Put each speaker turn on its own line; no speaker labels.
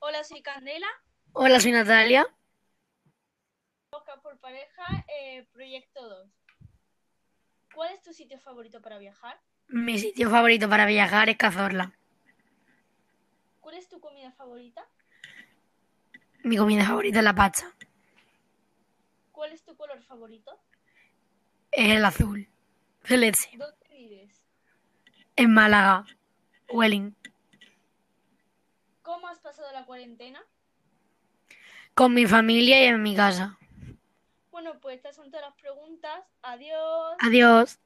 Hola, soy Candela.
Hola, soy Natalia.
Boca por pareja, eh, proyecto 2. ¿Cuál es tu sitio favorito para viajar?
Mi sitio favorito para viajar es Cazorla.
¿Cuál es tu comida favorita?
Mi comida favorita es la pacha,
¿Cuál es tu color favorito?
es el azul. De leche.
¿Dónde vives?
En Málaga, Welling.
¿Cómo has pasado la cuarentena?
Con mi familia y en mi casa.
Bueno, pues estas son todas las preguntas. Adiós.
Adiós.